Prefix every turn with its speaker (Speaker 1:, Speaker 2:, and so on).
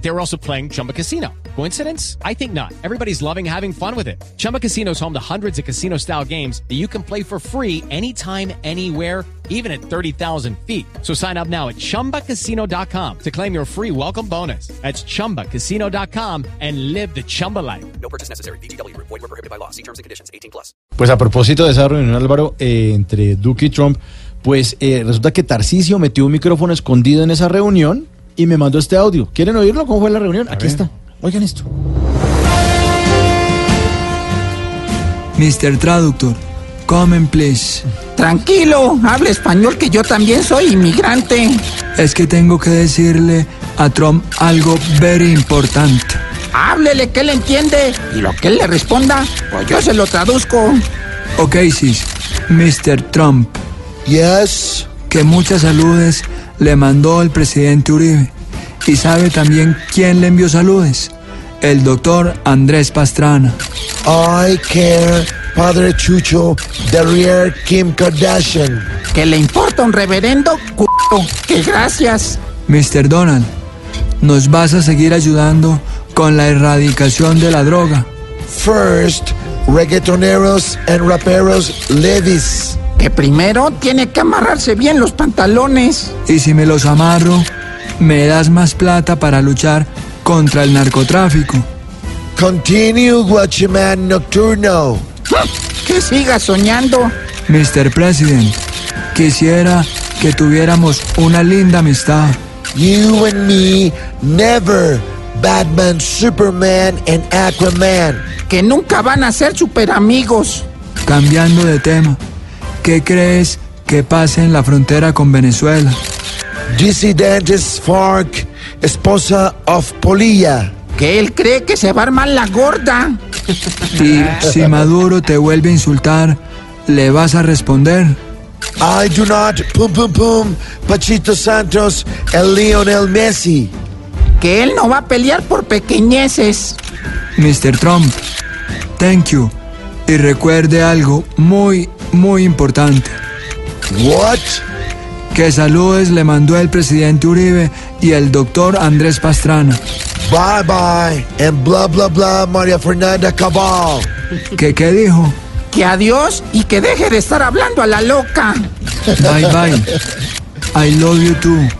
Speaker 1: They were also playing Chumba Casino. Coincidence? I think not. Everybody's loving having fun with it. Chumba Casino is home to hundreds of casino style games that you can play for free anytime, anywhere even at 30,000 feet. So sign up now at ChumbaCasino.com to claim your free welcome bonus. That's ChumbaCasino.com and live the Chumba life.
Speaker 2: No purchase necessary. BGW. Void were prohibited by law. See terms and conditions. 18 plus.
Speaker 3: Pues a propósito de esa reunión, Álvaro, eh, entre Duque y Trump, pues eh, resulta que Tarcisio metió un micrófono escondido en esa reunión y me mandó este audio. ¿Quieren oírlo? ¿Cómo fue la reunión? Aquí está. Oigan esto.
Speaker 4: Mr. Traductor, come in, please.
Speaker 5: Tranquilo, habla español que yo también soy inmigrante.
Speaker 4: Es que tengo que decirle a Trump algo very importante.
Speaker 5: Háblele que él entiende y lo que él le responda, pues yo se lo traduzco.
Speaker 4: Ok, sis, Mr. Trump,
Speaker 6: Yes,
Speaker 4: que muchas saludes le mandó el presidente Uribe. Y sabe también quién le envió saludes. El doctor Andrés Pastrana.
Speaker 6: I care, Padre Chucho, the real Kim Kardashian.
Speaker 5: Que le importa un reverendo c... Que gracias.
Speaker 4: Mr. Donald, nos vas a seguir ayudando con la erradicación de la droga.
Speaker 6: First, reggaetoneros and raperos Levis.
Speaker 5: Que primero tiene que amarrarse bien los pantalones.
Speaker 4: Y si me los amarro, me das más plata para luchar contra el narcotráfico.
Speaker 6: Continue Guachiman Nocturno.
Speaker 5: Que siga soñando.
Speaker 4: Mr. President, quisiera que tuviéramos una linda amistad.
Speaker 6: You and me never. Batman, Superman, and Aquaman.
Speaker 5: Que nunca van a ser super amigos.
Speaker 4: Cambiando de tema, ¿qué crees que pase en la frontera con Venezuela?
Speaker 6: Dissidentes FARC, esposa of Polilla.
Speaker 5: Que él cree que se va a armar la gorda.
Speaker 4: Y si Maduro te vuelve a insultar, ¿le vas a responder?
Speaker 6: I do not pum pum pum Pachito Santos and Lionel Messi.
Speaker 5: Que él no va a pelear por pequeñeces.
Speaker 4: Mr. Trump, thank you. Y recuerde algo muy, muy importante.
Speaker 6: What?
Speaker 4: Que saludes le mandó el presidente Uribe y el doctor Andrés Pastrana.
Speaker 6: Bye bye and blah blah blah Maria Fernanda Cabal.
Speaker 4: ¿Qué, qué dijo?
Speaker 5: Que adiós y que deje de estar hablando a la loca.
Speaker 4: Bye bye. I love you too.